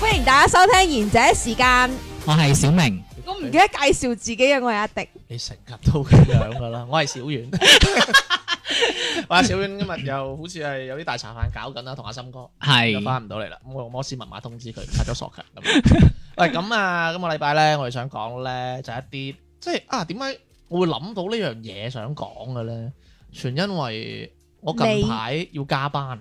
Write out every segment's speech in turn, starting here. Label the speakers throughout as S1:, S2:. S1: 欢迎大家收聽賢者時間。
S2: 我係小明。
S1: 我唔記得介紹自己啊，我係阿迪。
S2: 你成日都咁樣噶 啦，我係小遠。話小遠今日又好似係有啲大茶飯搞緊啦，同阿森哥
S3: 係
S2: 又翻唔到嚟啦。咁我用摩斯密碼通 知佢，發咗傻強咁。喂，咁啊，今個禮拜咧，我哋想講咧就係一啲即係啊，點解我會諗到呢樣嘢想講嘅咧？全因為我近排要加班，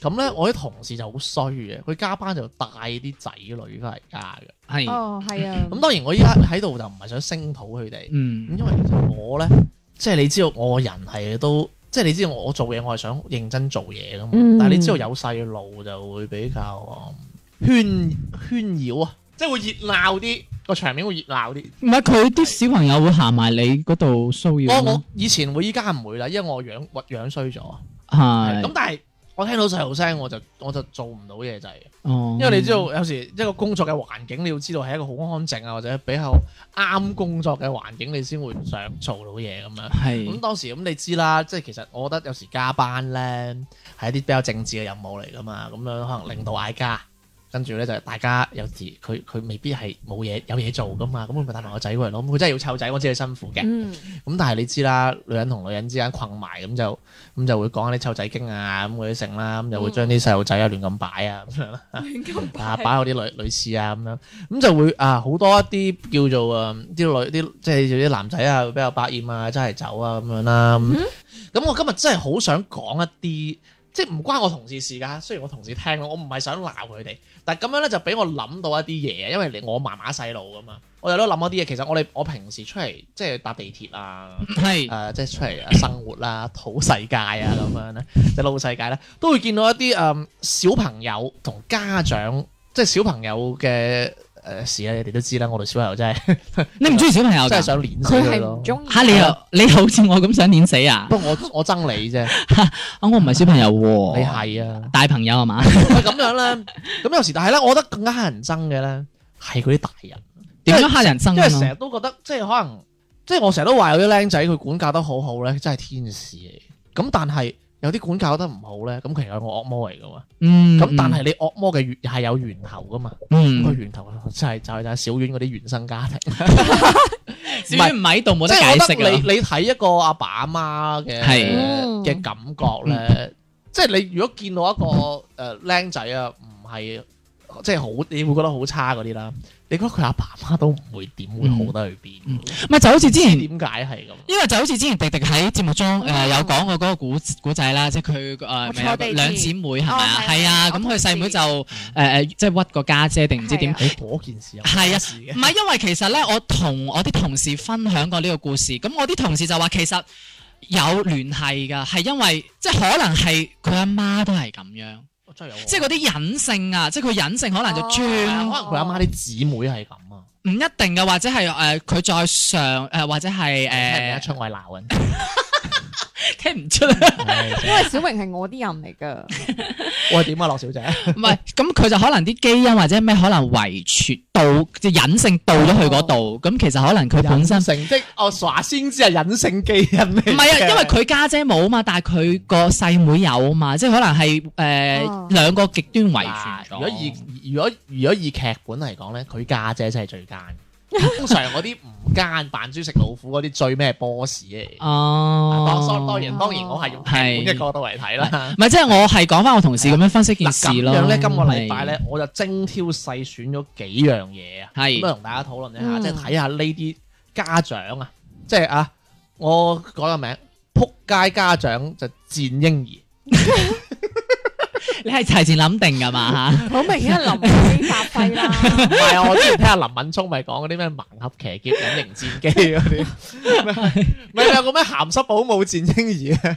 S2: 咁咧我啲同事就好衰嘅，佢加班就帶啲仔女翻嚟加嘅。
S3: 係，
S1: 哦，係啊
S2: 嗯咁當然我依家喺度就唔係想聲討佢哋。咁
S3: 嗯，
S2: 因為其實我咧，即係你知道我個人係都，即係你知道我我做嘢我係想認真做嘢噶嘛。
S1: 嗯
S2: 但係你知道有細路就會比較嗯喧喧擾啊，即係會熱鬧啲，個場面會熱鬧啲。
S3: 唔係佢啲小朋友會行埋你嗰度騷
S2: 我
S3: 擾
S2: 我
S3: 咯，
S2: 以前會，依家唔會啦，因為我樣我樣衰咗。係咁
S3: 係，
S2: 但係我聽到細路聲我就我就做唔到嘢就係。
S3: 哦，
S2: 因為你知道有時一個工作嘅環境，你要知道係一個好安靜啊，或者比較啱工作嘅環境，你先會想做到嘢咁樣。咁
S3: 係，
S2: 當時咁你知啦，即係其實我覺得有時加班咧係一啲比較政治嘅任務嚟噶嘛，咁樣可能領導嗌加，跟住咧就大家有時佢佢未必係冇嘢有嘢做噶嘛，咁佢咪帶埋個仔過嚟咯，咁佢真係要湊仔，我知佢辛苦嘅，咁、
S1: 嗯，
S2: 但係你知啦，女人同女人之間困埋咁就咁就會講下啲湊仔經啊咁嗰啲成啦，咁就會將啲細路仔啊亂咁擺啊咁樣啦。啊，擺嗰啲女女士啊咁樣，咁就會啊好多一啲叫做啊啲女啲即係啲男仔啊會比較百厭啊，真係走啊咁樣啦。咁咁我今日真係好想講一啲，即係唔關我同事事㗎。雖然我同事聽咯，我唔係想鬧佢哋，但係咁樣咧就俾我諗到一啲嘢，因為你我麻麻細路㗎嘛，我有都諗一啲嘢。其實我哋我平時出嚟即係搭地鐵啊。誒、
S3: 係，
S2: 即係出嚟啊生活啦、土世界啊咁樣咧，即係老世界咧，都會見到一啲誒、嗯小朋友同家長，即係小朋友嘅誒、呃事咧，你哋都知啦。我哋小朋友真係
S3: 你唔中意小朋友
S2: 真係啊
S3: 㗎？
S2: 想碾死
S1: 佢
S2: 佢
S1: 係唔
S2: 咯。
S1: 中意。
S3: 嚇你又你好似我咁想碾死啊？
S2: 不過我我憎你啫，
S3: 啊，我唔係小朋友喎，
S2: 你係啊，
S3: 大朋友係嘛？
S2: 喂咁樣咧，咁有時但係咧，我覺得更加乞人憎嘅咧係嗰啲大人，
S3: 點樣黑人憎
S2: 因為成
S3: 啊？
S2: 日都覺得即係可能，即係我成日都話有啲僆仔佢管教得好好咧，真係天使嚟。咁但係有啲管教得唔好咧，咁其實係個惡魔嚟噶嘛。
S3: 嗯，
S2: 咁但係你惡魔嘅源係有源頭噶嘛？咁個
S3: 嗯，
S2: 源頭啊就係就係就係小丸嗰啲原生家庭，
S3: 小丸唔喺度冇
S2: 即
S3: 得
S2: 係
S3: 解
S2: 我覺得你
S3: 釋啊。
S2: 你睇一個阿爸阿媽嘅
S3: 係嗯
S2: 嘅感覺咧，即係你如果見到一個誒僆仔啊，唔係即係好，你會覺得好差嗰啲啦，你覺得佢阿爸阿媽都唔會點會好得去邊
S3: 嗯
S2: 㗎？
S3: 咪就好似之前
S2: 點解係咁？
S3: 因為就好似之前迪迪喺節目中誒、呃有講過嗰個古古仔啦，即係佢
S1: 哦我
S3: 誒
S1: 坐
S3: 咪有
S1: 地鐵
S3: 兩姊妹係咪
S1: 哦
S3: 啊？
S1: 係
S3: 係啊，
S1: 係
S3: 咁
S1: 我
S3: 佢
S1: 同事
S3: 細妹就誒誒即係屈個家姐定唔知點
S1: 係啊？
S2: 你嗰件事有
S3: 係啊
S2: 事嘅
S3: 唔。係因為其實咧，我同我啲同事分享過呢個故事，咁我啲同事就話其實有聯繫㗎，係因為即係可能係佢阿媽都係咁樣，
S2: 真係有喎，
S3: 即係嗰啲隱性啊，即係佢隱性可能就專
S2: 係啊
S1: 哦
S2: 可能佢阿媽啲姊妹係咁啊，
S3: 唔一定嘅，或者係誒佢再上誒、呃或者係誒、
S2: 聽唔聽
S3: 呃、
S2: 得出我係鬧人。
S3: 聽唔出啊。
S2: 唉
S1: 因為小明係我啲人嚟噶，
S2: 喂，點啊，樂小姐？
S3: 唔係，咁佢就可能啲基因或者咩可能遺傳到即係隱性到咗去嗰度，咁其實可能佢本身
S2: 隱性即我耍先知係隱性基因嚟嘅。
S3: 唔係啊，因為佢家姐冇啊嘛，但係佢個細妹有啊嘛，即係可能係
S1: 哦
S3: 誒兩個極端遺傳
S2: 嗱
S3: 咗。
S2: 如果以如果如果以劇本嚟講咧，佢家姐真 係最奸。通常嗰啲唔奸扮豬食老虎嗰啲最咩 boss 嚟。當
S3: 哦，
S2: 當然當然，我係用劇本嘅角度嚟睇啦。
S3: 唔係即係我係講翻我同事咁樣分析件事
S2: 咁
S3: 咯。
S2: 樣咧，今個禮拜咧，我就精挑細選咗幾樣嘢啊，
S3: 係
S2: 咁啊同大家討論一下，
S1: 嗯
S2: 即係睇下呢啲家長啊，即係啊，我改個名，撲街家長就賤嬰兒。
S3: 你係提前諗定㗎嘛 吓？
S1: 好明顯係林飛發揮 啦，
S2: 唔係啊！我之前聽阿林敏聰咪講嗰啲咩盲俠騎劫隱形戰機嗰啲，咪有個咩鹹濕保姆戰嬰兒啊！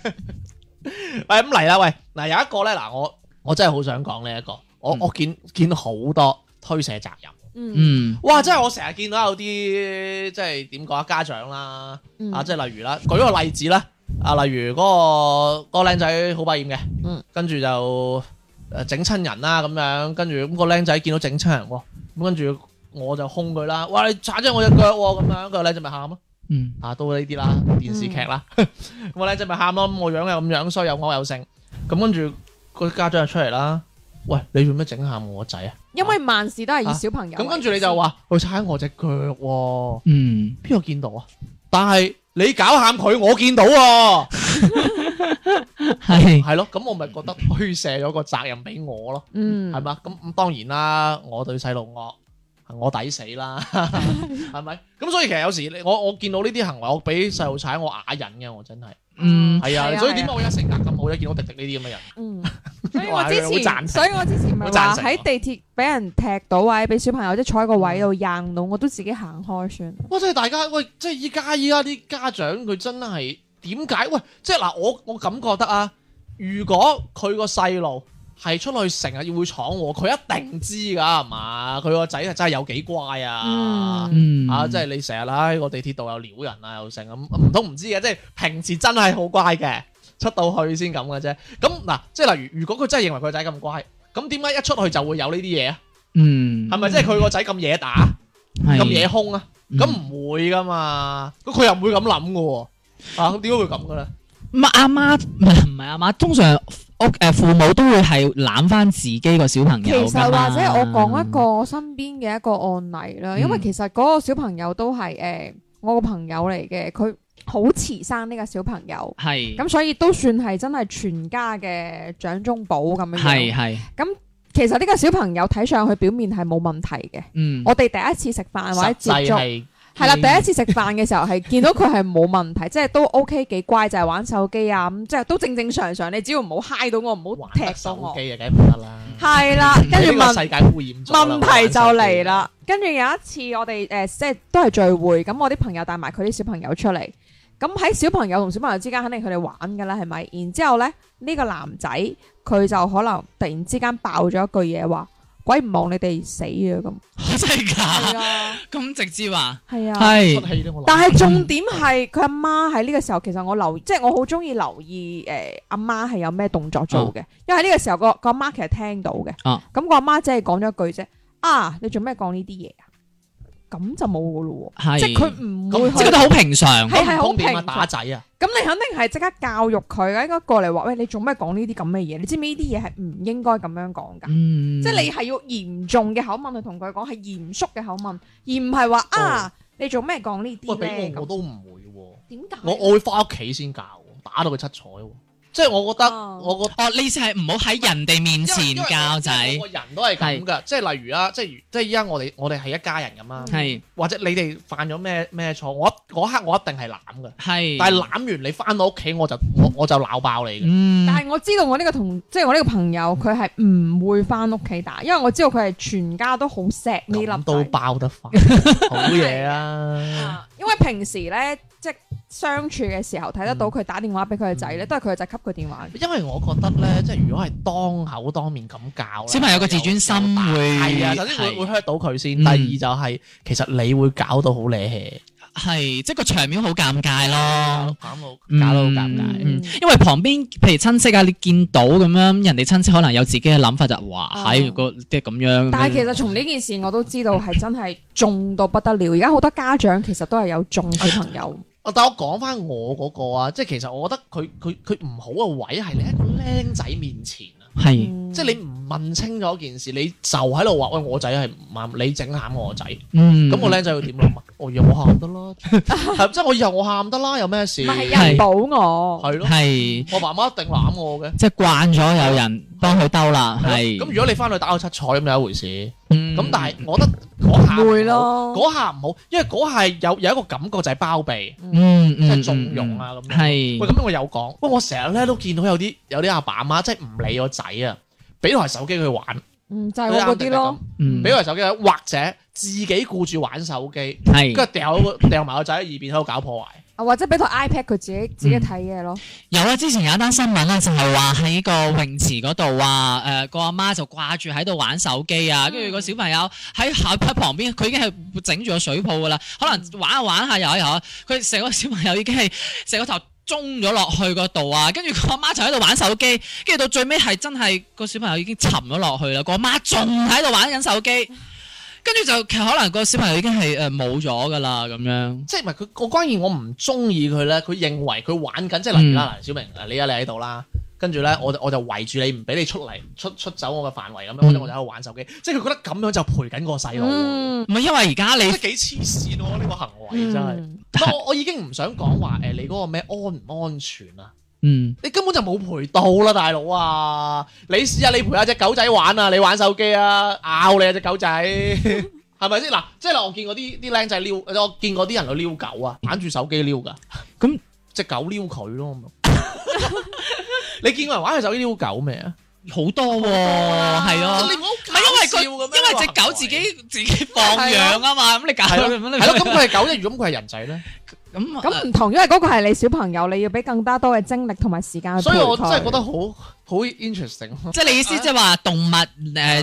S2: 喂，咁嚟啦！喂，嗱有一個咧，嗱我我真係好想講呢一個，我
S3: 嗯
S2: 我見見好多推卸責任，
S1: 嗯
S3: 嗯
S2: 哇！真係我成日見到有啲即係點講啊，家長啦
S1: 嗯
S2: 啊，即係例如啦，舉個例子啦，啊，例如嗰個嗰個僆仔好百厭嘅，
S1: 嗯，
S2: 跟住就誒整親人啦咁樣，跟住咁個僆仔見到整親人喎，咁跟住我就兇佢啦，哇！你踩親我隻腳喎咁樣，個僆仔咪喊咯，
S3: 嗯
S2: 啊，都呢啲啦，電視劇啦，
S1: 嗯
S2: 咁個僆仔咪喊咯，咁我樣又咁樣衰，又惡又性，咁跟住個家長就出嚟啦，喂，你做咩整喊我個仔啊？
S1: 因為萬事都係以小朋友為先。
S2: 咁跟住你就話佢踩我隻腳喎。
S3: 嗯，
S2: 邊個見到啊？但係你搞喊佢，我見到喎，
S3: 係
S2: 係咯，咁我咪覺得推卸咗個責任俾我咯，
S1: 嗯，
S2: 係嘛？咁咁當然啦，我對細路惡，我抵死 啦，係咪？咁所以其實有時你我我見到呢啲行為，我俾細路踩，我啞忍嘅，我真係
S3: 嗯
S2: 係
S1: 係
S2: 啊，
S1: 啊
S2: 所以點解我而家性格咁好咧？見到迪迪呢啲咁嘅人，
S1: 嗯，所以我
S2: 哇
S1: 之
S2: 你好贊
S1: 前，
S2: 成
S1: 所以我之前咪
S2: 好贊
S1: 話
S2: 成
S1: 喺地鐵俾人踢到位，俾小朋友即係坐喺個位度硬到，我都自己行開算啦。
S2: 哇！即係大家喂，即係依家依家啲家長佢真係點解喂？即係嗱，我我咁覺得啊，如果佢個細路係出去成日要會闖禍，佢一定知㗎係嘛？佢個仔係真係有幾乖啊！
S1: 嗯
S3: 嗯
S2: 啊！即係你成日喺個地鐵度又撩人啊，又成咁，唔通唔知嘅？即係平時真係好乖嘅，出到去先咁嘅啫。咁嗱，即係例如，如果佢真係認為佢個仔咁乖，咁點解一出去就會有呢啲嘢啊？
S3: 嗯
S2: 係咪即係佢個仔咁嘢打、
S3: 係
S2: 咁嘢兇啊？
S3: 嗯
S2: 咁唔會噶嘛，咁佢又唔會咁諗噶喎，啊咁點解會咁嘅咧？
S3: 唔係阿媽，唔係唔係阿媽，通常屋誒父母都會係攬翻自己個小朋
S1: 其
S3: 友
S1: 實
S3: 㗎嘛
S1: 或者我講一個我身邊嘅一個案例啦，因為
S3: 嗯
S1: 其實嗰個小朋友都係誒我個朋友嚟嘅，佢好遲生呢個小朋友，
S3: 係
S1: 咁所以都算係真係全家嘅掌中寶咁樣樣。
S3: 係係
S1: 其實呢個小朋友睇上去表面係冇問題嘅，
S3: 嗯
S1: 我哋第一次食飯或者接觸。
S2: 係
S1: 係
S2: 嗯
S1: 啦，第一次食飯嘅時候係見到佢係冇問題，即係都 OK 幾乖，就係玩手機啊咁，即係都正正常常。你只要唔好嗨到我，唔好
S2: 玩
S1: 踢
S2: 得
S1: 到
S2: 手
S1: 我，
S2: 機啊，梗係唔得啦。
S1: 係啦。跟住
S2: 呢個
S1: 問
S2: 世界污染咗啦
S1: 問題就嚟啦。。跟住有一次我哋誒、呃即係都係聚會，咁我啲朋友帶埋佢啲小朋友出嚟。咁喺小朋友同小朋友之間，肯定佢哋玩㗎啦，係咪？然之後咧，呢、個男仔佢就可能突然之間爆咗一句嘢話：鬼唔望你哋死啊！咁
S3: 真係㗎，
S1: 係啊，
S3: 咁直接啊，
S1: 係啊。
S2: 玩手機
S3: 係
S2: 出氣咧，我諗
S1: 但係重點係佢阿媽喺呢個時候，其實我留意，即係我好中意留意誒阿媽係有咩動作做嘅，因為呢個時候個個阿媽其實聽到嘅，
S3: 啊
S1: 咁個阿媽只係講咗一句啫，啊你做咩講呢啲嘢啊？咁就冇噶咯喎，
S3: 係，
S1: 即係佢唔會
S2: 咁
S3: 即
S1: 去
S3: 係覺，得好平常，
S1: 係係好
S2: 咁點啊
S1: 平
S2: 打仔啊，
S1: 咁你肯定係即刻教育佢嘅，應該過嚟話喂你做咩講呢啲咁嘅嘢？你知唔知呢啲嘢係唔應該咁樣講㗎？
S3: 嗯，
S1: 即係你係要嚴重嘅口吻去同佢講，係嚴肅嘅口吻，而唔係話啊你做咩講呢
S2: 喂
S1: 啲咧
S2: 俾我我
S1: 咁？
S2: 都唔會喎，
S1: 點解？
S2: 我我會翻屋企先教喎，打到佢七彩喎。即係我覺得，
S1: 哦
S2: 我覺得。
S3: 哦，你意思係唔好喺人哋面前
S2: 因為
S3: 教仔，
S2: 因為我個人都係咁噶，即係例如啊啦，即係如即係依家我哋我哋係一家人咁啦，啊
S1: 嗯
S3: 係
S2: 或者你哋犯咗咩咩錯，我一嗰刻我一定係攬
S3: 嗯
S2: 嘅。
S3: 係，
S2: 但係攬完你翻到屋企我就我我就鬧爆你嘅，
S3: 嗯
S1: 但係我知道我呢個同即係我呢個朋友，佢係唔會翻屋企打，因為我知道佢係全家都好錫呢粒
S2: 咁都
S1: 仔。
S2: 爆得 快，好嘢啊！
S1: 啊因為平時咧即係相處嘅時候睇得到佢打電話俾佢嘅仔咧，都係佢嘅仔給佢電話嘅。
S2: 因為我覺得咧，即係如果係當口當面咁教呢
S3: 小朋友個自尊心會
S2: 係啊，首先會會 hurt 到佢先，
S3: 嗯
S2: 第二就係其實你會搞到好瀨氣，
S3: 係即係個場面好尷尬咯。
S2: 搞到
S3: 嗯
S2: 搞到好尷尬。
S3: 嗯因為旁邊譬如親戚啊，你見到咁樣，人哋親戚可能有自己嘅諗法就哇，
S1: 啊
S3: 喺個即係咁樣。
S1: 但係其實從呢件事我都知道係真係重到不得了，而家好多家長其實都係有重小朋友。
S2: 啊但我講翻我嗰個啊，即係其實我覺得佢佢佢唔好嘅位係你喺個僆仔面前啊。
S3: 係
S1: 嗯
S2: 即係你唔問清楚件事，你就喺度話喂我仔係唔啱，你整喊我個仔，
S3: 嗯，
S2: 咁我僆仔會點 諗啊？我以後我喊得啦，係即係我以後我喊得啦，有咩事？
S1: 唔係
S3: 係
S1: 人保我，
S2: 係咯，
S3: 係
S2: 我媽媽一定攬我嘅。
S3: 即係慣咗有人幫佢兜啦，嗯係
S2: 嗯咁如果你翻去打到七彩咁有一回事，
S3: 咁
S2: 咁但係我覺得嗰下唔
S1: 會
S2: 好，
S1: 咯。
S2: 嗰下唔好，因為嗰下有有一個感覺就係包庇，
S3: 嗯
S2: 即係
S3: 嗯
S2: 縱容啊咁樣。
S3: 係
S2: 喂，咁我有講，喂，我成日咧都見到有啲有啲阿爸阿媽即係唔理個仔啊，俾台手機佢玩，
S1: 嗯，就係我嗰啲咯，
S3: 嗯，
S2: 啊俾台手機佢，或者自己顧住玩手機，
S3: 系
S2: 跟住掉個掉埋個仔喺耳邊喺度搞破壞。
S1: 啊或者俾台 iPad 佢自己自己睇嘢咯，
S3: 有啊！之前有一單新聞咧，就係話喺個泳池嗰度話，诶、個阿媽就掛住喺度玩手機啊，跟住個小朋友喺下喺旁邊，佢已經係整住個水泡噶啦，可能玩下玩下游下游下，佢成個小朋友已經係成個頭中咗落去嗰度啊，跟住個阿媽就喺度玩手機，跟住到最尾係真係個小朋友已經沉咗落去啦，個阿媽仲喺度玩緊手機，跟住就其實可能個小朋友已經係诶冇咗噶啦咁樣。
S2: 即係唔係佢個關鍵我唔中意佢咧，佢認為佢玩緊，即係例如啦，嗱、小明，嗱你而家你喺度啦，跟住咧我就我就圍住你，唔俾你出嚟出出走我嘅範圍咁樣，或
S3: 嗯
S2: 者我就喺度玩手機，即係佢覺得咁樣就陪緊個細路喎，
S1: 嗯，
S3: 唔係因為而家你
S2: 即係幾黐線喎呢個行為真係。
S1: 嗯
S2: 唔係我我已經唔想講話誒，你嗰個咩安唔安全啊？
S3: 嗯
S2: 你根本就冇陪到啦，大佬啊！你試下你陪下只狗仔玩啊，你玩手機啊，咬你啊只狗仔，係咪先？嗱，即係嗱我見嗰啲啲僆仔撩，我見嗰啲人去撩狗啊，玩住手機撩噶，
S3: 咁
S2: 只狗撩佢咯。咁 你見過人玩佢手機撩狗未啊？
S3: 好多喎、係咯、
S2: 你唔好
S3: 唔係因為佢，
S2: 因
S3: 因為只狗自己自己放養啊嘛，咁你搞
S2: 係
S3: 咁
S2: 咯，
S3: 樣你
S2: 係咯，咁佢係狗啫，如果咁佢係人仔咧，
S3: 咁呃
S1: 咁唔同，因為嗰個係你小朋友，你要俾更加多嘅精力同埋時間去
S2: 所以
S1: 陪
S2: 我真係
S1: 佢
S2: 覺得好好 interesting 咯。
S3: 即係你意思即係話動物誒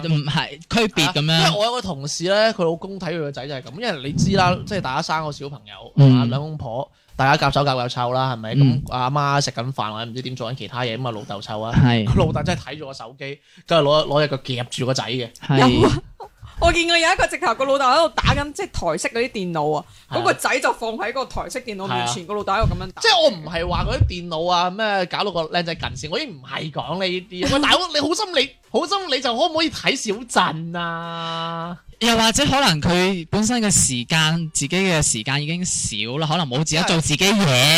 S3: 唔係區別咁
S2: 因為
S3: 樣，
S2: 我有個同事咧，佢老公睇佢個仔就係咁，因為你知啦，即係大家生個小朋友，
S3: 嗯
S2: 啊兩公婆，大家夾手夾腳湊啦，係咪？
S3: 嗯
S2: 咁阿媽食緊飯或者唔知點做緊其他嘢，咁啊老豆湊 啊，
S3: 係
S2: 佢老豆真係睇住個手機，跟住攞攞隻腳夾住個仔嘅，
S1: 有
S3: 係
S1: 啊，我見過有一個直頭個老豆喺度打緊即係台式嗰啲電腦啊，
S2: 係啊
S1: 嗰個仔就放喺個台式電腦面前，個老豆喺度咁樣打
S2: 即。係我唔係話嗰啲電腦啊咩搞到個靚仔近視，我已經唔係講呢 啲。喂，大佬你好心你好心你就可唔可以睇小鎮啊？
S3: 又或者可能佢本身嘅時間，自己嘅時間已經少啦，可能冇自己做自己嘢，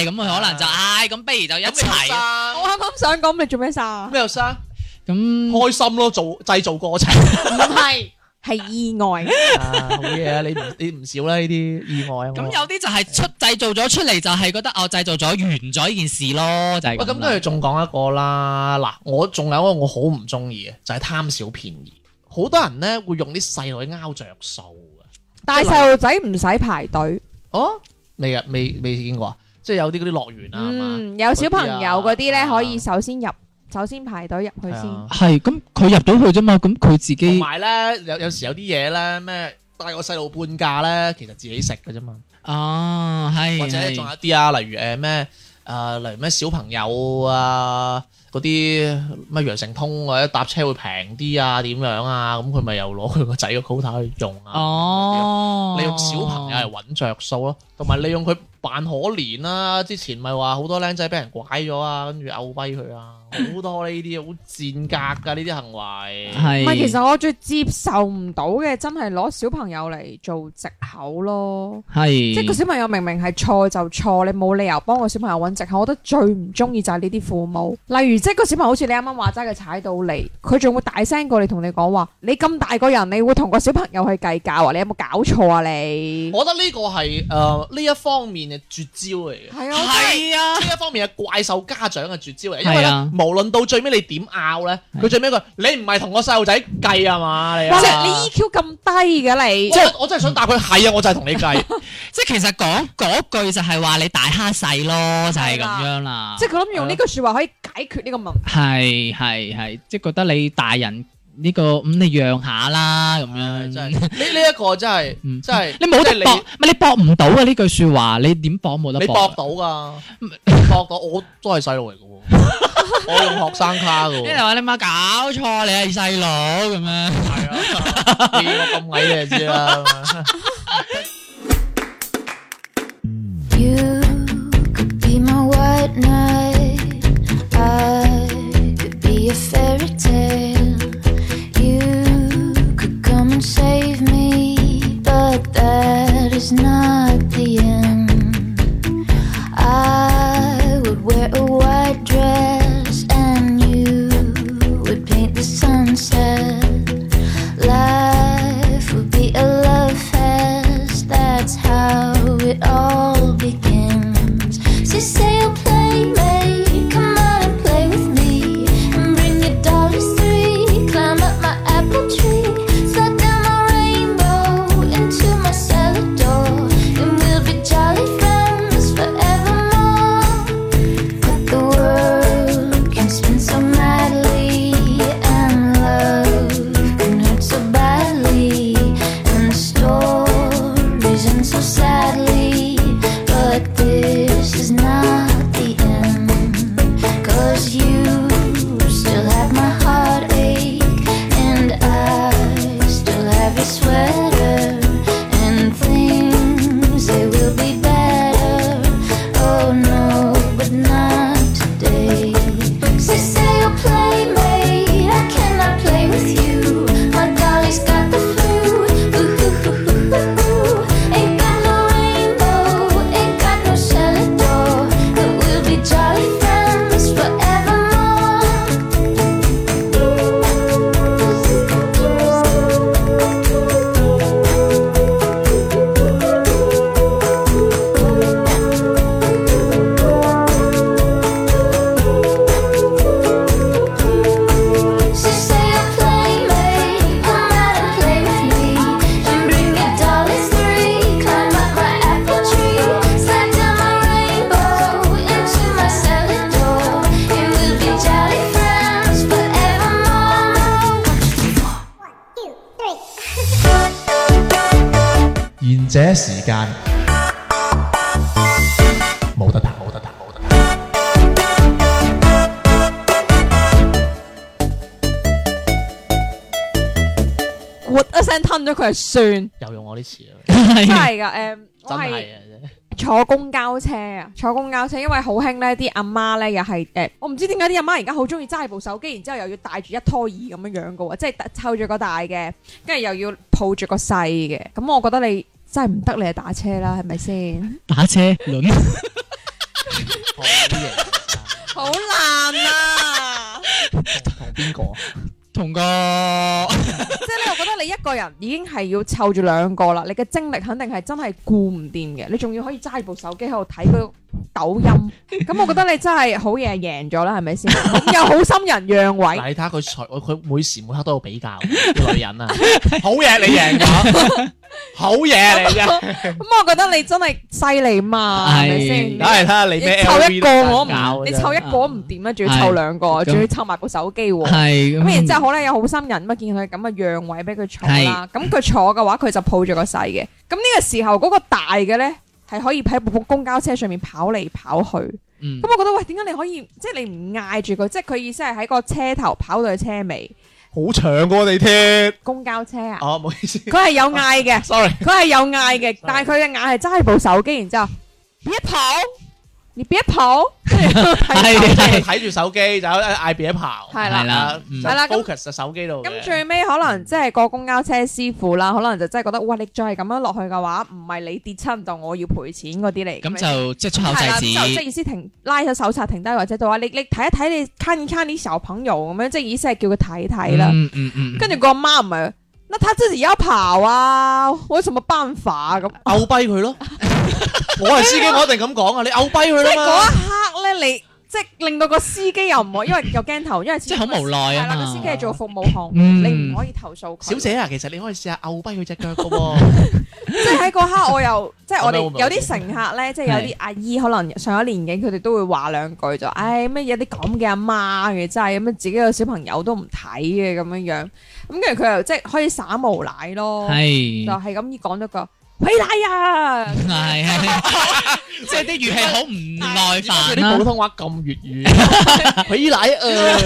S3: 咁佢可能就唉啊咁，不如就一
S2: 咁你
S3: 齊啊
S2: 後
S1: 我啱啱想講你做咩
S2: 生
S1: 生？
S2: 咩後生
S3: 咁
S2: 開心咯，做製造過程。
S1: 唔係，係意外。
S2: 啊，好嘢啊！你唔你唔少啦呢啲意外啊。
S3: 咁
S2: 我
S3: 有啲就係出製造咗出嚟，就係覺得哦我製造咗完咗呢件事咯，就係
S2: 喂，咁
S3: 咁
S2: 跟住
S3: 啦。
S2: 仲講一個啦，嗱，我仲有一個我好唔中意嘅，就係、貪小便宜。好多人咧會用啲細路去拗着數啊！
S1: 但係細路仔唔使排隊。
S2: 哦，未啊，未未見過啊，即係有啲嗰啲樂園啊係嘛，
S1: 嗯，有小朋友嗰啲
S2: 嗰啲
S1: 咧
S2: 啊
S1: 可以首先入，首先排隊入去
S2: 係
S1: 先。
S2: 啊。
S3: 係咁，佢入到去啫嘛，咁佢自
S2: 同
S3: 己
S2: 埋咧，有有時有啲嘢咧，咩帶個細路半價咧，其實自己食嘅啫嘛。
S3: 啊係
S2: 或者
S3: 係
S2: 仲有一啲啊，例如誒咩誒，例如咩小朋友啊，嗰啲咩羊城通或者搭車會平啲啊，點樣啊，咁佢咪又攞佢個仔嘅 quota 去用啊。
S3: 哦，
S2: 你用小朋友嚟揾着數咯，同埋你用佢扮可憐啦、之前咪話好多僆仔俾人拐咗啊，跟住嘔跛佢啊，好多呢啲好賤格㗎呢啲行為。
S3: 係
S1: 唔係，其實我最接受唔到嘅，真係攞小朋友嚟做藉口咯。
S3: 係
S1: 即係個小朋友明明係錯就錯，你冇理由幫個小朋友揾藉口。我覺得最唔中意就係呢啲父母，例如即係個小朋友好似你啱啱話齋，佢踩到你，佢仲會大聲過你同你講話，你咁大個人，你會同個小朋友去計較啊？你有冇搞錯啊你？
S2: 我覺得呢個係誒呢一方面嘅絕招嚟嘅。
S1: 係啊，
S3: 係啊，
S2: 呢一方面係怪獸家長嘅絕招嚟，因為
S3: 係
S2: 咧
S3: 啊，
S2: 無論到最尾你點拗咧，
S3: 係
S2: 佢最尾一句：你唔係同我細路仔計啊嘛，你
S1: 哇！
S2: 啊
S1: 你你 EQ 咁低嘅你，
S2: 我我真係想答佢係啊，我就係同你計，
S3: 即係其實講嗰句就係話你大蝦細咯，就係
S1: 係
S3: 咁
S1: 啦
S3: 樣啦。
S1: 即係佢諗
S2: 啊
S1: 用呢句説話可以解決呢個問題。
S3: 係係係，即係覺得你大人呢個咁你讓下啦咁
S2: 唉
S3: 樣。
S2: 真係呢呢一個真係
S3: 嗯
S2: 真係
S3: 你冇
S2: 即係
S3: 得搏，唔係你搏唔到啊！呢句説話 你點搏冇得
S2: 你
S3: 搏
S2: 搏
S3: 啊？
S2: 到噶，搏到我都係細路嚟嘅喎，我用學生卡嘅
S3: 即
S2: 喎
S3: 係，話你媽搞錯，你係細佬咁樣。
S2: 係啊，你我咁矮你就知啦。
S4: You could be my white knight. I could be a fairy tale. You could come and save me, but that is not the end. I would wear a white dress, and you would paint the sunset. Life will be a love fest. That's how it all begins. So say you'll play, mate. Come on and play with me. And bring your dollars three. Oh,
S2: 賢者時間冇得彈，冇得彈，冇得彈。
S1: 咕 一聲吞咗佢係算，
S2: 又用我啲詞啊，
S1: 真係㗎诶，誒我
S2: 真
S1: 係。
S2: 係啊！
S1: 坐公交車啊，坐公交車，因為好興呢啲阿媽呢，又係诶，誒我唔知點解啲阿媽而家好中意揸部手機，然之后又要帶住一拖二咁樣樣噶喎，即係抽住個大嘅，跟住又要抱住個細嘅，咁我覺得你真係唔得，你係打車啦，係咪先？
S3: 打車輪。
S2: 好型
S1: 好難啊！
S2: 同同邊個？啊
S3: 同 個
S1: 即係咧，我覺得你一個人已經係要湊住兩個啦，你嘅精力肯定係真係顧唔掂嘅，你仲要可以揸住部手機喺度睇嗰個抖音，咁我覺得你真係好嘢贏咗啦，係咪先？咁有好心人讓位。
S2: 嗱，你睇下佢除佢每時每刻都有比較，啲女人啊，好嘢你贏咗，好嘢你啫。
S1: 咁我覺得你真係犀利嘛，係咪先？
S3: 係
S2: 梗係睇下你咩
S1: 你湊
S2: LV
S1: 一個我唔
S2: 都難搞，
S1: 你
S2: 真係
S1: 湊一個唔掂咧，仲要湊兩個，
S3: 係
S1: 仲要湊埋部手機喎。
S3: 係嗯
S1: 咁然之後，好咧，有好心人咁啊，見佢咁啊，讓位俾佢坐啦。咁佢坐嘅話，佢就抱住個細嘅。咁呢個時候，嗰個大嘅咧係可以喺部公交車上面跑嚟跑去。咁
S3: 嗯
S1: 我覺得喂，點解你可以即係你唔嗌住佢？即係佢意思係喺個車頭跑到去車尾，
S2: 好長個地鐵。
S1: 公交車啊，
S2: 哦，唔好意思
S1: 佢係有嗌 嘅。
S2: ，sorry。
S1: 佢係有嗌嘅，但係佢嘅眼係揸住部手機，然之後別跑，你別跑，跟住睇手
S3: 係
S1: 機
S2: 睇住手機就嗌別跑，
S1: 係
S3: 啦
S2: 啊
S3: 嗯
S2: 就
S1: 係啦咁
S2: focus 喺手機度嘅。
S1: 咁最尾可能即係個公交車師傅啦，可能就真係覺得，哇！你再係咁樣落去嘅話，唔係你跌親就我要賠錢嗰啲嚟。
S3: 咁就即係出口
S1: 係啦，
S3: 制
S1: 咁就即係
S3: 止，
S1: 意思停拉咗手冊停低，或者到話你你睇一睇你看一看啲小朋友咁樣，即係意思係叫佢睇睇啦。
S3: 嗯嗯嗯，
S1: 跟住個阿媽唔係，那他自己要跑啊，我有什麼辦法啊咁？
S2: 牛跛佢咯。我係司機，我一定咁講啊！你牛跛佢
S1: 即係
S2: 啦
S1: 嗰
S2: 嘛。
S1: 一刻咧，你即係令到個司機又唔可，因為有鏡頭，因為即
S3: 即係好無奈啊
S1: 係啦，
S3: 嘛
S1: 個司機係做服務行，
S3: 嗯
S1: 你唔可以投訴佢。
S2: 小，姐啊，其實你可以試下牛跛佢只腳噶喎。
S1: 即係喺嗰刻我 又即係我哋
S2: 咁樣會
S1: 有啲乘客咧，即係有啲阿姨可能上咗年紀，佢哋都會話兩句就，唉咩有啲咁嘅阿媽嘅，真係咁樣自己個小朋友都唔睇啊嘅咁樣樣，咁跟住佢又即係可以耍無賴咯，就
S3: 係
S1: 係咁講咗個喂奶啊！
S3: 係係，即係啲語氣好唔耐
S2: 佢
S3: 煩
S2: 啲普
S3: 啦，
S2: 通話咁粵語，佢奶啊！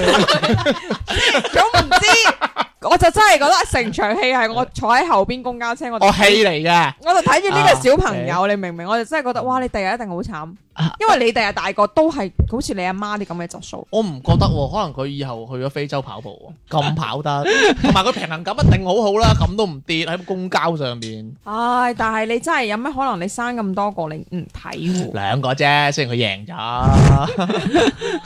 S1: 咁唔知，我就真係覺得成場戲係我坐喺後邊公交車，我就
S3: 哦
S2: 我
S3: 啊
S2: 戲嚟嘅，
S1: 我就睇住呢個小朋友，你明唔明？我就啊真係覺得，哇！你第日一定好慘
S3: 啊，
S1: 因為你第日大個都係好似你阿媽啲咁嘅質素。
S2: 我唔覺得喎。可能佢以後去咗非洲跑步喎，咁跑得，同埋佢平衡感一定好好啦，咁都唔跌喺公交上面。
S1: 唉，但係你真係有咩可能？你生咁多個，你唔睇喎。
S2: 兩個啫，雖然佢贏咗。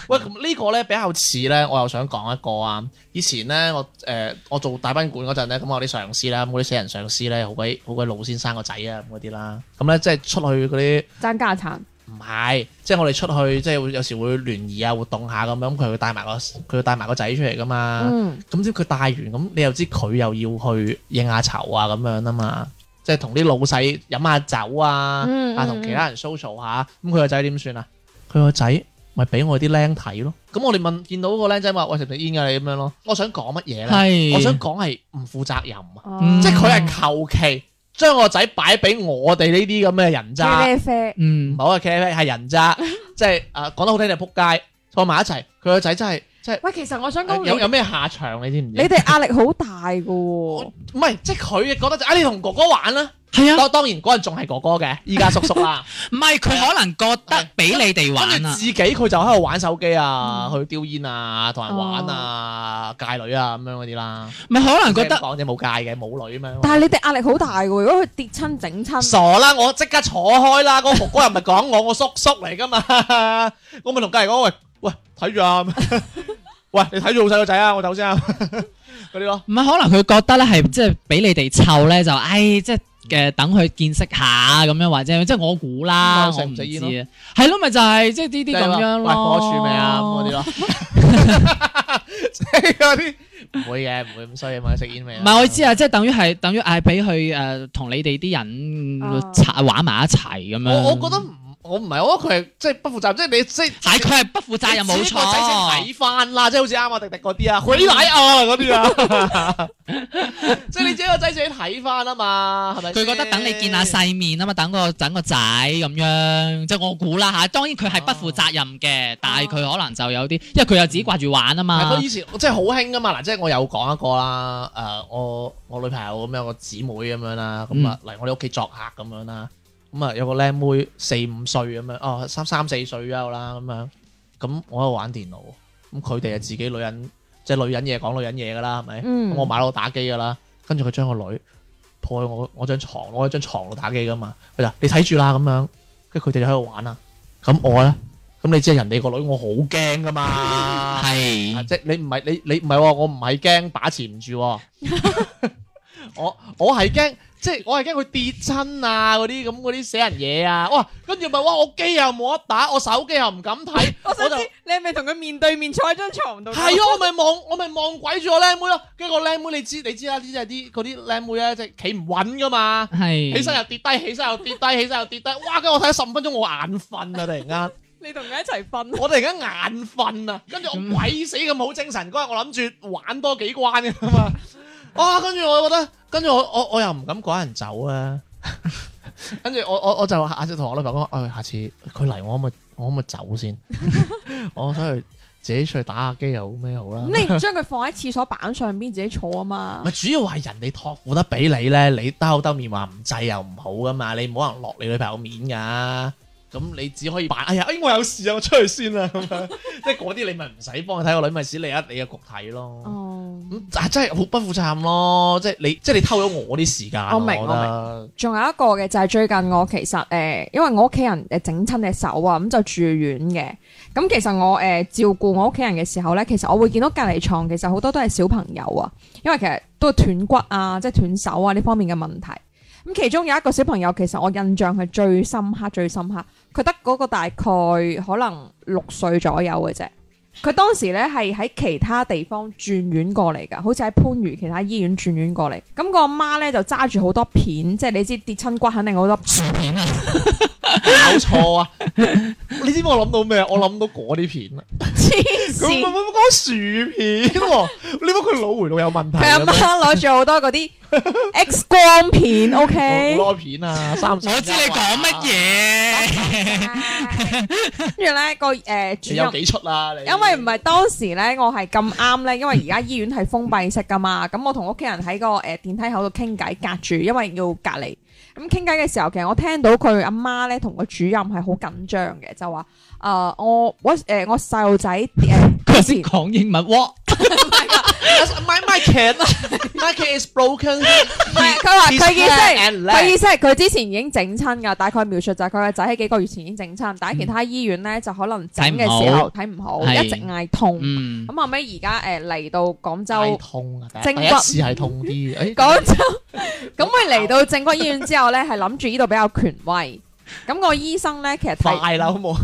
S2: 喂，咁呢個咧比較似咧，我又想講一個啊。以前咧，我誒、呃我做大賓館嗰陣咧，咁我啲上司啦，咁嗰啲死人上司咧，好鬼好鬼老先生個仔啊，咁嗰啲啦，咁咧即係出去嗰啲。
S1: 爭家產，
S2: 唔係，即係我哋出去，即係會有時會聯誼啊、活動下咁樣，咁佢會帶埋個佢會帶埋個仔出嚟噶嘛。
S1: 嗯，
S2: 咁知佢帶完，咁你又知佢又要去應下酬啊咁樣啊嘛，即係同啲老細飲下酒啊，
S1: 嗯
S2: 啊
S1: 嗯
S2: 同其他人 social 下。咁佢個仔點算啊？佢個仔咪俾我啲僆睇咯。咁我哋問見到個僆仔話：喂，食唔食煙㗎你咁樣咯。我想講乜嘢咧？
S3: 係，
S2: 我想講係唔負責任啊！
S1: 哦
S3: 嗯
S2: 即係佢係求其將個仔擺俾我哋呢啲咁嘅人渣。
S1: 茄喱啡，
S2: 唔
S3: 嗯
S2: 好啊茄喱啡係人 渣，即係啊講得好聽就撲街，坐埋一齊，佢個仔真係真
S1: 喂，其實我想講
S2: 係有有
S1: 你，
S2: 咩下場你知唔知？啊
S1: 你哋壓力好大㗎喎。
S2: 唔係即係佢覺得就啊你同哥哥玩啦，
S3: 係啊，
S2: 當當然嗰陣仲係 哥哥嘅，依家叔叔啦，
S3: 唔係佢可能覺得俾你哋
S2: 跟
S3: 玩
S2: 住
S3: 啊
S2: 自，己佢就喺度玩手機啊，去叼煙啊，同人玩啊，戒女啊咁樣嗰啲啦，
S3: 咪可能覺
S2: 即係
S3: 得
S2: 講啫冇戒嘅冇女咁樣。
S1: 但係你哋壓力好大㗎喎。如果佢跌親整親，
S2: 傻啦！我即刻坐開啦！嗰個哥哥又唔係講我，我叔叔嚟噶嘛， 我咪同隔離講喂喂睇住啊， 喂你睇住好細個仔啊，我 走先啊，嗰啲咯。
S3: 唔係可能佢覺得咧係即係俾你哋湊咧就，唉即係。嘅等佢見識下咁樣，或者即係我估啦，
S2: 咁咪
S3: 我
S2: 食唔
S3: 唔知
S2: 食煙
S3: 啊，係咯，咪就係即係呢啲咁樣
S2: 喂
S3: 咯。
S2: 火柱未啊？咁嗰啲咯， 即係嗰啲唔會嘅，唔會咁衰嘅嘛，食煙未啊？
S3: 唔係我知啊，即係等於係等於嗌俾佢誒同你哋啲人
S1: 啊
S3: 擦玩埋一齊咁樣。
S2: 我我覺得唔我唔係，我覺得佢係即係不負責任，即係你即係
S3: 係佢係不負責任冇
S2: 你自己個仔先
S3: 錯，
S2: 睇翻啦，即係好似啱我迪迪嗰啲啊，佢奶啊
S3: 哦
S2: 嗰啲啊， 即係你自己個仔自己睇翻啊嘛，係咪
S3: 佢
S2: 先？
S3: 覺得等你見下世面啊嘛，等個等個仔咁樣，即係我估啦吓。當然佢係不負責任嘅，但係佢可能就有啲，因為佢又自己掛住玩啊
S2: 唔啊嗯係
S3: 嘛
S2: 佢。以前即係好興噶嘛，嗱，即係我有講一個啦，誒、我我女朋友咁有個姊妹咁樣啦，咁啊嚟我哋屋企作客咁樣啦，咁啊有個靚妹四五歲咁樣，哦三三四歲左右啦咁樣，咁我喺度玩電腦，咁佢哋啊自己女人，即係女人嘢講女人嘢噶啦，係咪？
S1: 嗯
S2: 咁我買到打機噶啦，跟住佢將個女抱去我我張床，我喺張床度打機噶嘛，佢就你睇住啦咁樣，跟住佢哋就喺度玩啦，咁我咧，咁你知人哋個女我好驚噶 嘛。啊
S1: 嗯
S3: 係
S2: 即係你唔係你你唔係喎，我唔係驚把持唔住喎， 我我係驚即係我係驚佢跌親啊嗰啲咁嗰啲死人嘢啊，哇！跟住咪哇我機又冇得打，我手機又唔敢睇，
S1: 我
S2: 我
S1: 想
S2: 就
S1: 知你係咪同佢面對面坐喺張床度？
S2: 係啊，我咪望我咪望鬼住個靚妹咯，跟住個靚妹你知你知啦，呢啲係啲嗰啲靚妹咧即係企唔穩噶嘛。
S3: 係
S1: 嗯
S2: 起身又跌低，起身又跌低，起身又跌低，哇！跟住我睇咗十五分鐘，我眼瞓啊！突然間。
S1: 你同佢一齊瞓。
S2: 我哋而家眼瞓啊，跟住我鬼死咁好精神嗰日，我諗住玩多幾關噶嘛。啊，跟住我覺得，跟住我我我又唔敢趕人走啊。跟住我我我就下次同我女朋友講，哎，下次佢嚟，我可唔可以我可唔可以走先？我想去自己出去打下機又好咩好啦。
S1: 咁你將佢放喺廁所板上邊自己坐啊嘛
S2: 咪。主要係人哋托付得俾你咧，你兜兜面話唔制又唔好噶嘛，你唔可能落你女朋友面噶。咁你只可以扮，哎呀，哎我有事啊，我出去先啦咁 樣，即係嗰啲你咪唔使幫佢睇個女，咪使你一你嘅局睇咯。
S1: 哦，
S2: 咁啊真係好不負責任咯，即係你即係你偷咗我啲時間啊。
S1: 我明
S2: 覺得
S1: 仲有一個嘅就係最近我其實誒、呃因為我屋企人誒整親隻手啊，咁就住院嘅。咁其實我誒、呃照顧我屋企人嘅時候咧，其實我會見到隔離床其實好多都係小朋友啊，因為其實都係斷骨啊、即係斷手啊呢方面嘅問題。咁其中有一個小朋友，其實我印象係最深刻、最深刻。佢得嗰個大概可能六歲左右嘅啫。佢當時咧係喺其他地方轉院過嚟㗎，好似喺番禺其他醫院轉院過嚟。咁個阿媽咧就揸住好多片，即係你知跌親骨肯定好多。
S3: 薯片啊，
S2: 搞錯啊！你知唔知我諗到咩？我諗到嗰啲片啊，
S1: 黐
S2: 佢唔
S1: 線！
S2: 唔講薯片喎，你估佢腦回路有問題
S1: 佢
S2: 啊
S1: 阿？媽攞住好多嗰啲 X 光片
S2: 好
S1: ，OK，
S2: 多片啊，三十
S3: 我知你講乜嘢。
S1: 跟住咧個誒主
S2: 你有
S1: 任。
S2: 幾出啊？你
S1: 因 為唔係當時咧，我係咁啱咧，因為而家醫院係封閉式噶嘛， 咁我同屋企人喺個誒、呃、電梯口度傾偈，隔住，因為要隔離。咁傾偈嘅時候，其實我聽到佢阿媽咧同個主任係好緊張嘅，就話：誒、呃、我我誒、呃我細路仔呃誒
S3: 佢
S1: 嗰
S3: 識
S1: 時
S3: 講英文，哇！
S2: My my cat my cat is broken.
S1: 唔係 佢話
S2: He's
S1: 佢意思
S2: fat
S1: 係佢
S2: and leg
S1: 意思係佢之前已經整親㗎，大概描述就係佢個仔喺幾個月前已經整親，但喺其他醫院咧就可能整嘅時候睇唔好，
S3: 係
S1: 一直嗌痛。
S3: 嗯，
S1: 咁後尾而家誒嚟到廣
S2: 係
S1: 州。
S2: 痛啊！第
S1: 正骨
S2: 一第一次係痛啲，誒
S1: 廣州咁佢嚟到正骨醫院之後咧，係諗住呢度比較權威。咁個醫生咧，其實睇
S2: 快啦，好冇 入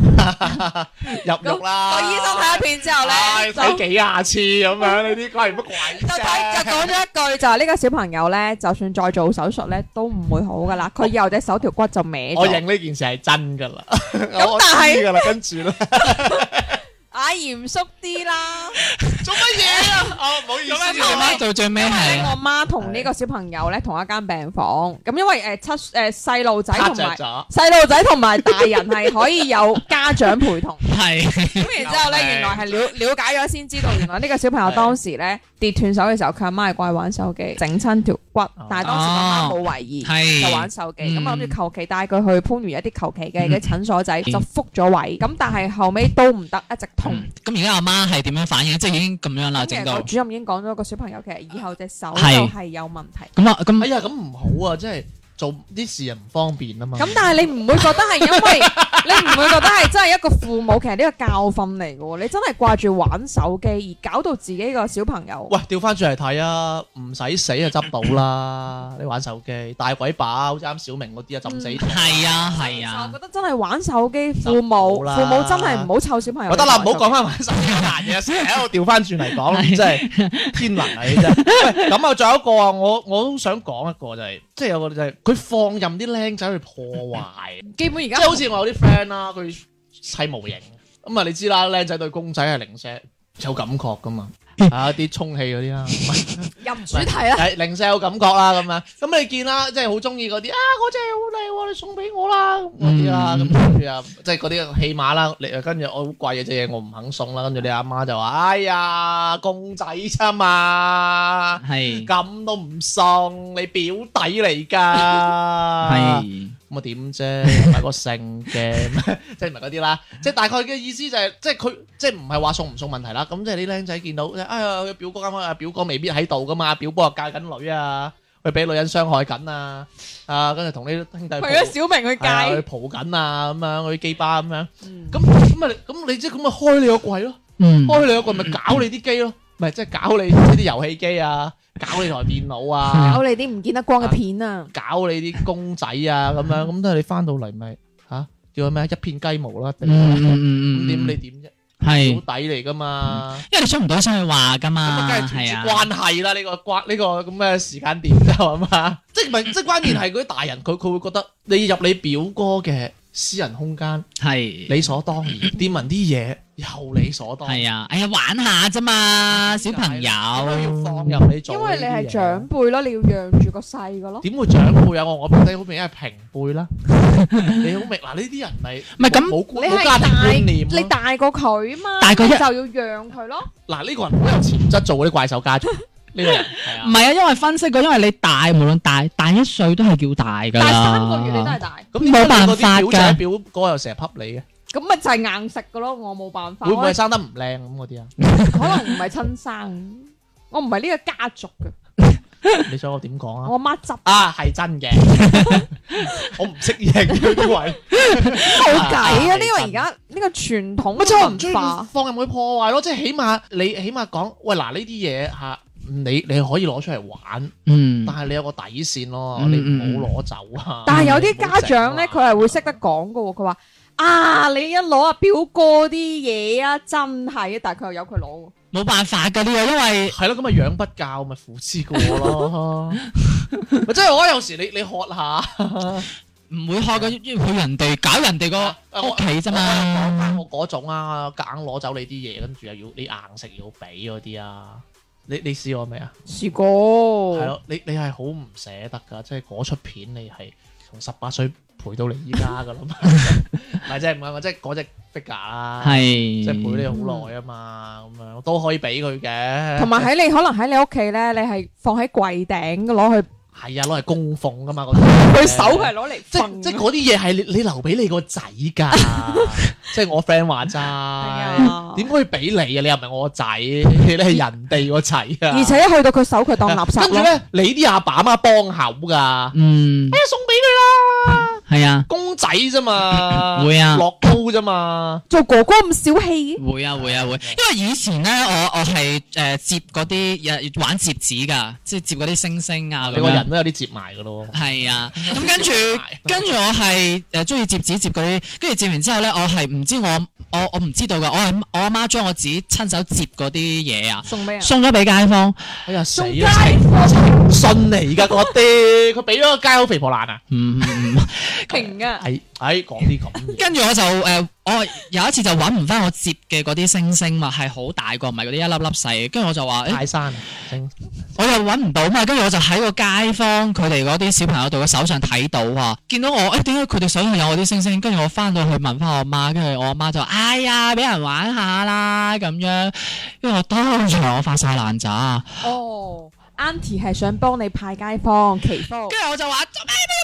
S2: 肉啦！
S1: 個醫生睇一遍之後
S2: 唉
S1: 咧，
S2: 睇
S1: 就
S2: 幾廿次咁樣，你啲關係乜鬼
S1: 就睇
S2: 啫？
S1: 就講咗一句，就係呢個小朋友咧，就算再做手術咧，都唔會好噶啦。佢以後隻手條骨就歪
S2: 哦我
S1: 咗。
S2: 認呢件事係真㗎啦，
S1: 咁
S2: 我
S1: 但係
S2: 知㗎啦，跟住咧
S1: 啊，嚴肅啲啦，
S2: 做乜嘢啊？哦，唔好意思
S1: 咁樣
S3: 你
S1: 做
S3: 媽
S1: 咩
S2: 啊，
S3: 到最尾
S1: 因為
S3: 係
S1: 咧我媽同呢個小朋友咧同一間病房。咁因為誒七誒細路仔
S2: 拍
S1: 同
S2: 着
S1: 埋
S2: 咗。
S1: 細路仔同埋大人係可以有家長陪同。
S3: 係
S1: 咁然之後咧，原來係了了解咗先知道，原來呢個小朋友當時咧跌斷手嘅時候，佢阿媽係掛玩手機，整親條骨，但係當時阿媽冇懷疑，
S3: 係
S1: 就玩手機。咁
S3: 哦啊嗯
S1: 我諗住求其帶佢去番禺一啲求其嘅
S3: 嗯
S1: 嘅診所仔，就覆咗位。咁但係後尾都唔得，一直痛。
S3: 嗯咁而家阿媽係點樣反應？即係已經咁樣啦，
S1: 咁其
S3: 啊整
S1: 實
S3: 到
S1: 個主任已經講咗個小朋友，其實以後隻手就
S3: 係
S1: 係有問題。
S3: 咁啊咁
S2: 哎。呀，咁唔好啊，即係做啲事又唔方便啊
S3: 哦
S2: 嘛。
S1: 咁但係你唔會覺得係因為 你唔會覺得係真係一個父母，其實呢個教訓嚟嘅喎。你真係掛住玩手機，而搞到自己個小朋友。
S2: 喂，調翻轉嚟睇啊，唔使死就執到 啦！你玩手機大鬼把，好似啱小明嗰啲啊，浸死咗。
S3: 係啊係
S1: 我
S3: 啊，
S1: 覺得真係玩手機，父母
S2: 好啦
S1: 父母真係唔好湊小朋友。
S2: 我得啦，唔好講翻玩手機呢壇嘢，成日喺度調翻轉 嚟講，真係天能啊！你真係。喂，咁啊，仲有一個啊，我我都想講一個就係，即係有個就係佢放任啲僆仔去破壞，
S1: 基本而
S2: 即
S1: 家
S2: 係好似我有啲 friend 啦，佢砌模型，咁啊你知啦，僆仔對公仔係零舍有感覺噶嘛，啊啲充氣嗰啲啦。
S1: 入主題啦，
S2: 係零舍有感覺啦咁樣。咁你見啦，即係好中意嗰啲啊，我真係好靚喎，你送俾我啦咁嗰啲啦，
S3: 嗯
S2: 咁跟住啊，即係嗰啲戲碼啦，你啊跟住我好貴嘅隻嘢，我唔肯送啦。跟住你阿媽就話：哎呀，公仔啫嘛，
S3: 系
S2: 咁都唔送，你表弟嚟㗎。
S3: 系
S2: 咁啊點 啫？唔係個姓嘅， 即係唔係嗰啲啦。即係大概嘅意思就係、即係佢即係唔係話送唔送問題啦。咁即係啲僆仔見到，即係哎呀，佢表哥啱啱啊，表哥未必喺度噶嘛，表哥又嫁緊女啊，佢俾女人傷害緊啊，啊，跟住同啲兄弟
S1: 為
S2: 抱
S1: 咗小明去
S2: 係啊去
S1: 戒，
S2: 蒲緊啊，咁樣嗰啲基巴咁樣。
S1: 嗯
S2: 咁咁啊，咁你即係咁咪開你個櫃咯，
S3: 嗯
S2: 開你個櫃咪搞你啲機咯，咪即係搞你呢啲遊戲機啊，搞你台電腦啊。
S1: 搞你啲唔見得光嘅片啊，
S2: 搞你啲公仔啊咁樣，咁都係你翻到嚟咪嚇叫佢咩一片雞毛啦，
S3: 嗯嗯
S2: 咁
S3: 嗯嗯，
S2: 點你點啫？
S3: 系，
S2: 好抵嚟噶嘛，
S3: 因為你出唔到聲去話噶
S2: 咁
S3: 嘛
S2: 啊，梗係
S3: 係啊，
S2: 關係啦，呢個關呢個咁嘅時間點就係嘛， 即係咪即係關鍵係嗰啲大人佢佢會覺得你入你表哥嘅私人空間
S3: 係
S2: 理所當然，掂人啲嘢又理所當啊然
S3: 係，啊，哎呀玩下啫嘛，小朋友，
S2: 點解要放入你做，
S1: 因為你係長。輩咯，你要讓住個細個咯，
S2: 點會長輩啊？我我表弟好明顯係平 輩啦。你好明嗱呢啲人咪
S3: 唔係咁
S1: 你
S2: 冇冇冇
S1: 係
S2: 家庭
S1: 大
S2: 觀念
S1: 你
S2: 咯。
S1: 大過佢啊嘛，
S3: 大過一
S1: 你就要讓佢咯，
S2: 嗱呢個人好有潛質做嗰啲怪獸家族呢個人
S3: 唔
S2: 係啊。
S3: 係啊，因為分析過，因為你大，無論大大一歲都係叫大噶
S1: 但
S3: 啦，
S1: 係三個月你都係大，
S2: 咁點解
S3: 冇辦
S2: 你嗰啲
S3: 法
S2: 表仔
S3: 㗎
S2: 表哥又成日恰你嘅，
S1: 咁咪就係硬食噶咯，我冇辦法，
S2: 會唔會
S1: 我
S2: 係生得唔靚咁 嗰啲啊？
S1: 可能唔係親生，我唔係呢個家族嘅，
S2: 你想我點講啊？
S1: 我媽執
S2: 啊，係真嘅，我唔識認佢啲位，
S1: 冇計啊！
S2: 啊
S1: 呢個而家呢個傳統
S2: 咪即係我唔中
S1: 文
S2: 意
S1: 化，
S2: 放任佢破壞咯。即係起碼你起碼講喂嗱呢啲嘢嚇，你你可以攞出嚟玩，
S3: 嗯
S2: 但，係你有個底線咯，
S3: 嗯
S2: 你唔好攞走啊。
S1: 但係有啲家長咧，
S2: 唔
S1: 佢
S2: 好整啊
S1: 係會識得講噶喎。佢話啊，你一攞阿表哥啲嘢啊，真係啊，但係佢又有佢攞喎。
S3: 冇辦法噶呢個，因為
S2: 係咯，咁咪養不教咪父之 過咯。咪即係我覺得有時你你學下。
S3: 唔會開個去人哋搞人哋
S2: 啊
S3: 個
S2: 我
S3: 屋企啫
S2: 講翻
S3: 嘛，
S2: 我嗰種啊，夾硬攞走你啲嘢，跟住又要你硬食要俾嗰啲啊。你你試過未啊？
S1: 試
S3: 哦
S2: 係
S1: 過，
S2: 咯，你你係好唔捨得㗎，即係嗰出片你係從十八歲陪到你依家㗎啦 嘛。唔係即係唔係即係嗰只 figure 啦，
S3: 係
S2: 即係陪你好耐啊嘛，咁樣都可以俾佢嘅。
S1: 同埋喺你可能喺你屋企咧，你係放喺櫃頂攞去，
S2: 係啊，攞嚟供奉㗎嘛，嗰啲
S1: 佢手係攞嚟
S2: 即
S1: 瞓
S2: 即
S1: 㗎。
S2: 嗰啲嘢係你你留俾你個仔㗎，即係我 friend 話
S1: 啊
S2: 齋，點可以俾你啊？你又唔係我個仔， 你係人哋個仔啊！
S1: 而且一去到佢手，佢當垃圾
S2: 跟住
S1: 咯。
S2: 咧，你啲阿爸阿媽幫口㗎，哎
S3: 嗯，
S2: 呀送俾佢啦，
S3: 係啊，
S2: 公仔啫嘛，
S3: 會啊
S2: 樂高啫嘛，
S1: 做哥哥咁小氣嘅，
S3: 會啊會啊會，因為以前咧，我我係誒接嗰啲誒玩摺紙噶，即係接嗰啲星星啊，咁
S2: 你個
S3: 樣
S2: 人都有啲接埋㗎咯。
S3: 係 啊，咁跟住跟住我係誒中意摺紙摺嗰啲，跟住摺完之後咧，我係唔知我我我唔知道噶，我係我阿媽將我自己親手摺嗰啲嘢啊，
S1: 送俾人。
S3: 送咗俾街坊，
S2: 哎呀死
S1: 送街
S2: 啦！信嚟㗎嗰啲，佢俾咗個街口肥婆爛啊！
S3: 嗯嗯嗯
S1: 停啊！
S2: 哎哎，講啲咁 嘅。
S3: 跟住我就誒、呃我有一次就揾唔翻我摺嘅嗰啲星星嘛，係好大個，唔係嗰啲一粒粒細嘅，跟住我就話誒、
S2: 泰山啊星
S3: 我又揾唔到嘛，跟住我就喺個街坊佢哋嗰啲小朋友度嘅手上睇到啊，見到我，誒點解佢哋手上有我啲星星？跟住我翻到去問翻我媽，跟住我媽就話：哎呀，俾人玩下啦咁樣。跟住我當場我發晒爛渣，
S1: 哦，Auntie 係想幫你派街坊祈福。
S3: 跟住我就話：做咩啊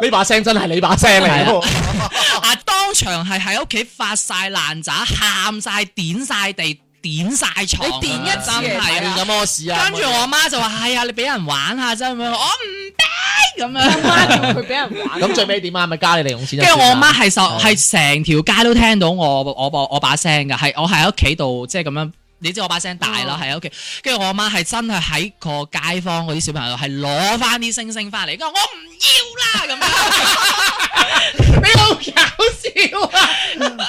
S2: 呢把聲真係你把聲嚟喎，
S3: 要俾人啊？當場係喺屋企發晒爛渣，喊晒、點晒地、點晒床。
S1: 你點一次嚟
S3: 真
S1: 睇
S3: 係
S1: 啊
S3: 啊
S2: 有屙屎啊！
S3: 跟住我媽就話：係啊，你俾人玩下啫咁樣，我唔得咁樣。
S1: 媽叫佢俾人玩，
S2: 咁最尾點啊？咪加你零用錢就
S3: 跟住
S2: 算啦。
S3: 我媽係受
S2: 係
S3: 係成條街都聽到我我我我把聲㗎，係我係喺屋企度即係咁樣你知我把聲大啦，係喺屋企，跟住我媽係真係喺個街坊嗰啲小朋友係攞翻啲星星翻嚟，跟住我我唔要啦咁樣，
S2: 你好搞笑啊！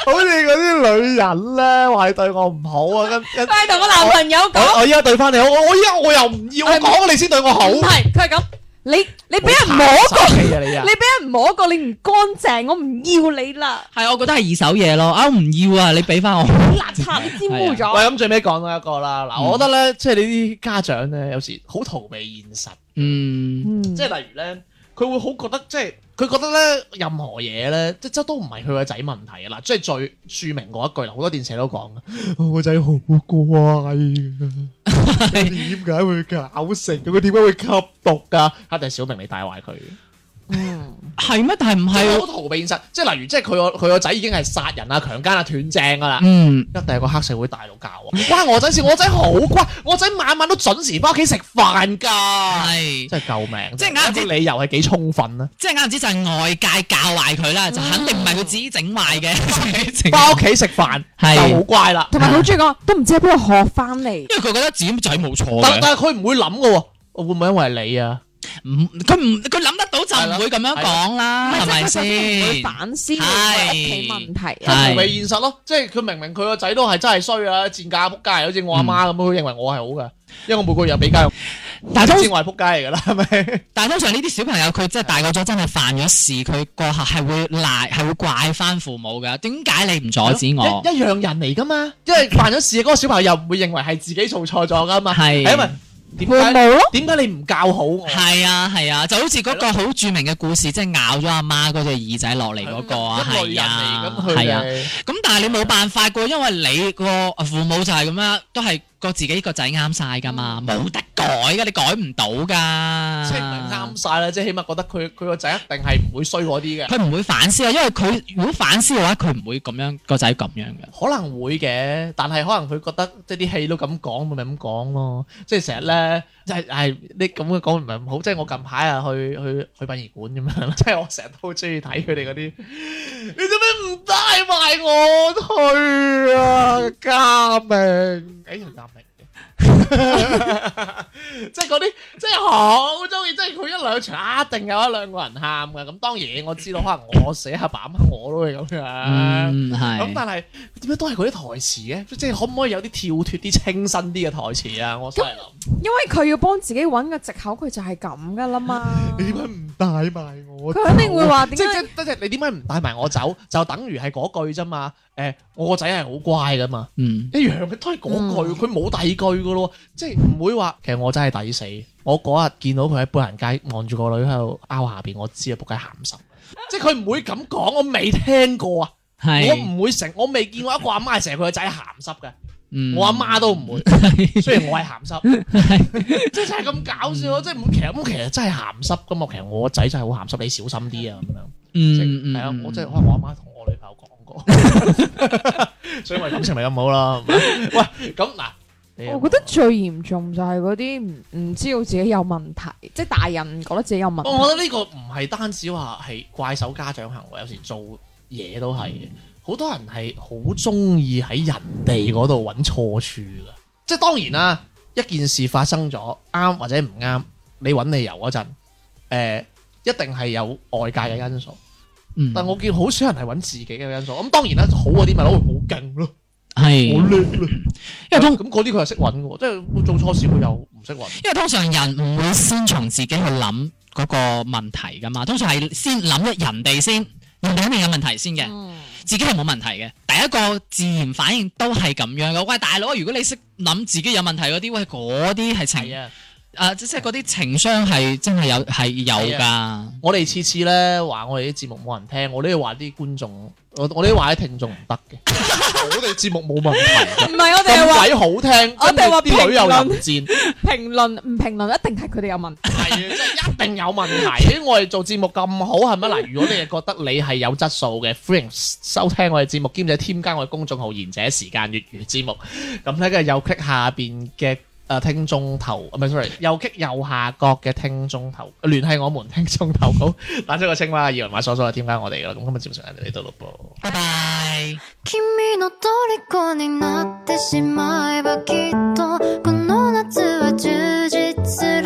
S2: 好似嗰啲女人咧，話你對我唔好啊，跟跟
S1: 快同我男朋友
S2: 我
S1: 講，
S2: 我依家對翻你好，我我依家我又唔要，我
S1: 係
S2: 講你先對我好，
S1: 唔係佢係咁，你你俾人摸過，
S2: 好慘啊你啊
S1: 你！俾人摸過，你唔乾淨，我唔要你啦，
S3: 係我覺得係二手嘢咯，啊唔要啊，你俾翻我。
S1: 好邋遢，你沾污
S2: 喂，
S1: 咗。
S2: 咁最尾講到一個啦，嗱，
S3: 嗯
S2: 我覺得咧，即係呢啲家長咧，有時好逃避現實，
S3: 嗯，
S1: 嗯，
S2: 即係例如咧，佢會好覺得即係佢覺得咧，任何嘢咧，即即都唔係佢個仔問題啊嘅嗱，即係最著名嗰一句啦，好多電視都講啊嘅，我個仔好乖㗎，點解會搞成咁？佢點解會吸毒㗎？一定係小明你帶壞佢。
S3: 係咩？但係唔啊
S2: 係
S3: 係
S2: 好，逃避現實，即係例如，即係佢個佢個仔已經係殺人啊、強姦啊、斷正噶啦，
S3: 嗯，
S2: 一定係個黑社會大佬教啊，唔關我仔事，我仔好乖，我仔晚晚都準時翻屋企食飯㗎，
S3: 係。
S2: 真係救命！
S3: 即係啱
S2: 啲理由係幾充分啊？
S3: 嗯即係啱唔知就係外界教壞佢啦，就
S1: 嗯
S3: 肯定唔係佢自己整壞嘅。
S2: 翻屋企食飯
S3: 係
S2: 就好乖啦，
S1: 同埋佢好中意講，都唔知喺邊度學翻嚟。
S3: 因為佢覺得自己仔冇錯
S2: 但
S3: 嘅，
S2: 但係佢唔會諗嘅喎，會唔會因為你啊？
S3: 唔佢唔佢諗得到就唔會咁樣講啦，係
S1: 即
S3: 咪
S1: 係佢首先唔會
S3: 先？
S1: 反思
S3: 係
S1: 佢屋企問題啊。
S3: 係
S2: 逃避現實咯，即係佢明明佢個仔都係真係衰啊，賤價仆街，好似我阿媽咁，佢認為我係好嘅，因為我每個月有俾家用，
S3: 但係通
S2: 知我係仆街嚟㗎啦，係咪？
S3: 但係通常呢啲小朋友佢即係大個咗真係犯咗事，佢過後係會賴係會怪翻父母㗎。點解你唔阻止我？
S2: 一一樣人嚟噶嘛，因為犯咗事嗰個小朋友又唔會認為係自己做錯咗噶嘛，
S3: 係
S2: 因為點
S1: 父
S2: 解
S1: 母咯，
S2: 點解你唔教好我？
S3: 係啊係啊，就好似嗰個好著名嘅故事，即係咬咗阿媽嗰隻耳仔落嚟嗰個啊，
S2: 一類
S3: 係
S2: 人嚟
S3: 啊
S2: 咁，佢
S3: 係啊。
S2: 哋
S3: 咁但係你冇辦法噶，因為你個父母就係咁樣，都係個自己個仔啱晒噶嘛，冇得改噶，你改唔到噶。
S2: 嗯即係唔係啱晒啦，即係起碼覺得佢佢個仔一定係唔會衰嗰啲嘅，
S3: 佢唔會反思啊，因為佢如果反思嘅話，佢唔會咁樣個仔咁樣嘅。
S2: 可能會嘅，但係可能佢覺得即係啲戲都咁講，咪咁講咯，即係成日咧，即係係你咁嘅講唔係咁好，即係我近排啊去去去殯儀館咁樣，即係我成日都好中意睇佢哋嗰啲，你做咩唔帶埋我去啊，家明，哎呀家明。即係嗰啲，即係好中意，即係佢一兩場一定有一兩個人喊嘅。咁當然我知道，可能我寫下版我都會咁樣。
S3: 嗯，
S2: 啊咁
S3: 係。
S2: 但係點解都係嗰啲台詞嘅？即係可唔可以有啲跳脱啲、清新啲嘅台詞啊？我真係諗，
S1: 因為佢要幫自己揾個藉口，佢就係咁噶啦 嘛。
S2: 你點解唔帶埋我走啊？
S1: 佢肯定會話點
S2: 即
S1: 解
S2: 係即係即係你點解唔帶埋我走？就等於係嗰句啫嘛。誒、我個仔係好乖噶嘛，
S3: 嗯，
S2: 一樣嘅都係嗰
S1: 嗯
S2: 句，佢冇第二句噶咯。即係唔會話其實我真係抵死。我嗰日見到佢喺半人街望住個女喺度拗下邊，我知啊，仆街鹹濕。即係佢唔會咁講，我未聽過啊，我
S3: 係。
S2: 唔會成，我未見過一個阿媽係成日佢個仔鹹濕嘅。
S3: 嗯
S2: 我阿媽都 唔會，雖然我係鹹濕，即係真係咁搞笑咯！即係唔其實咁其實真係鹹濕噶嘛。其實我個仔真係好鹹濕，你小心啲啊咁樣。即係
S3: 嗯嗯，
S2: 係啊，我真係
S3: 係
S2: 可能我阿媽同我女朋友講過， 所以咪感情咪咁好啦。係咪喂，咁嗱，你有冇
S1: 我覺得最嚴重就係嗰啲唔唔知道自己有問題，即係大人唔覺得自己有問題。
S2: 哦我覺得呢個唔係單止話係怪手家長行為，有時做嘢都係嘅。好多人係好中意喺人哋嗰度揾錯處㗎，即係當然啦，一件事發生咗啱或者唔啱，你揾理由嗰陣，誒一定係有外界嘅因素。
S3: 嗯
S2: 但我見好少人係揾自己嘅因素。咁當然啦，好嗰啲咪攞去好勁咯，
S3: 係，
S2: 好叻咯。
S3: 因為通
S2: 嗯咁嗰啲佢又識揾嘅喎，即係做錯事佢又唔識揾。
S3: 因為通常人唔會先從自己去諗嗰個問題噶嘛，通常係先諗咗人哋先，人哋肯定有問題先嘅，自己係冇問題嘅。第一個自然反應都係咁樣嘅。喂，大佬啊，如果你識諗自己有問題嗰啲，喂，嗰啲係情
S2: 係啊。
S3: 啊，即即係嗰啲情商係真係有係啊有噶。
S2: 我哋次次咧話我哋啲節目冇人聽，我都要話啲觀眾，我我都要話啲聽眾唔得嘅。 我哋節目冇問題嘅，
S1: 唔係 我哋係
S2: 咁
S1: 話
S2: 鬼好聽，
S1: 我哋話
S2: 跟住啲女又
S1: 評論
S2: 淫賤，
S1: 評論唔評論，一定係佢哋有問題。
S2: 係啊，即係一定有問題。因為我哋做節目咁好，係咪嗱？如果你係覺得你係有質素嘅，friend 收聽我哋節目，兼且添加我哋公眾號《賢者時間粵語》節目，咁咧跟住又 click 下邊嘅誒聽眾投唔係 sorry，右擊右下角嘅聽眾投聯繫我們聽眾投稿，打咗個青蛙，二維碼鎖鎖就添加我哋噶啦。咁今日節目時間嚟到呢度咯
S3: 拜拜。
S4: 君の虜になってしまえばきっとこの夏は充実する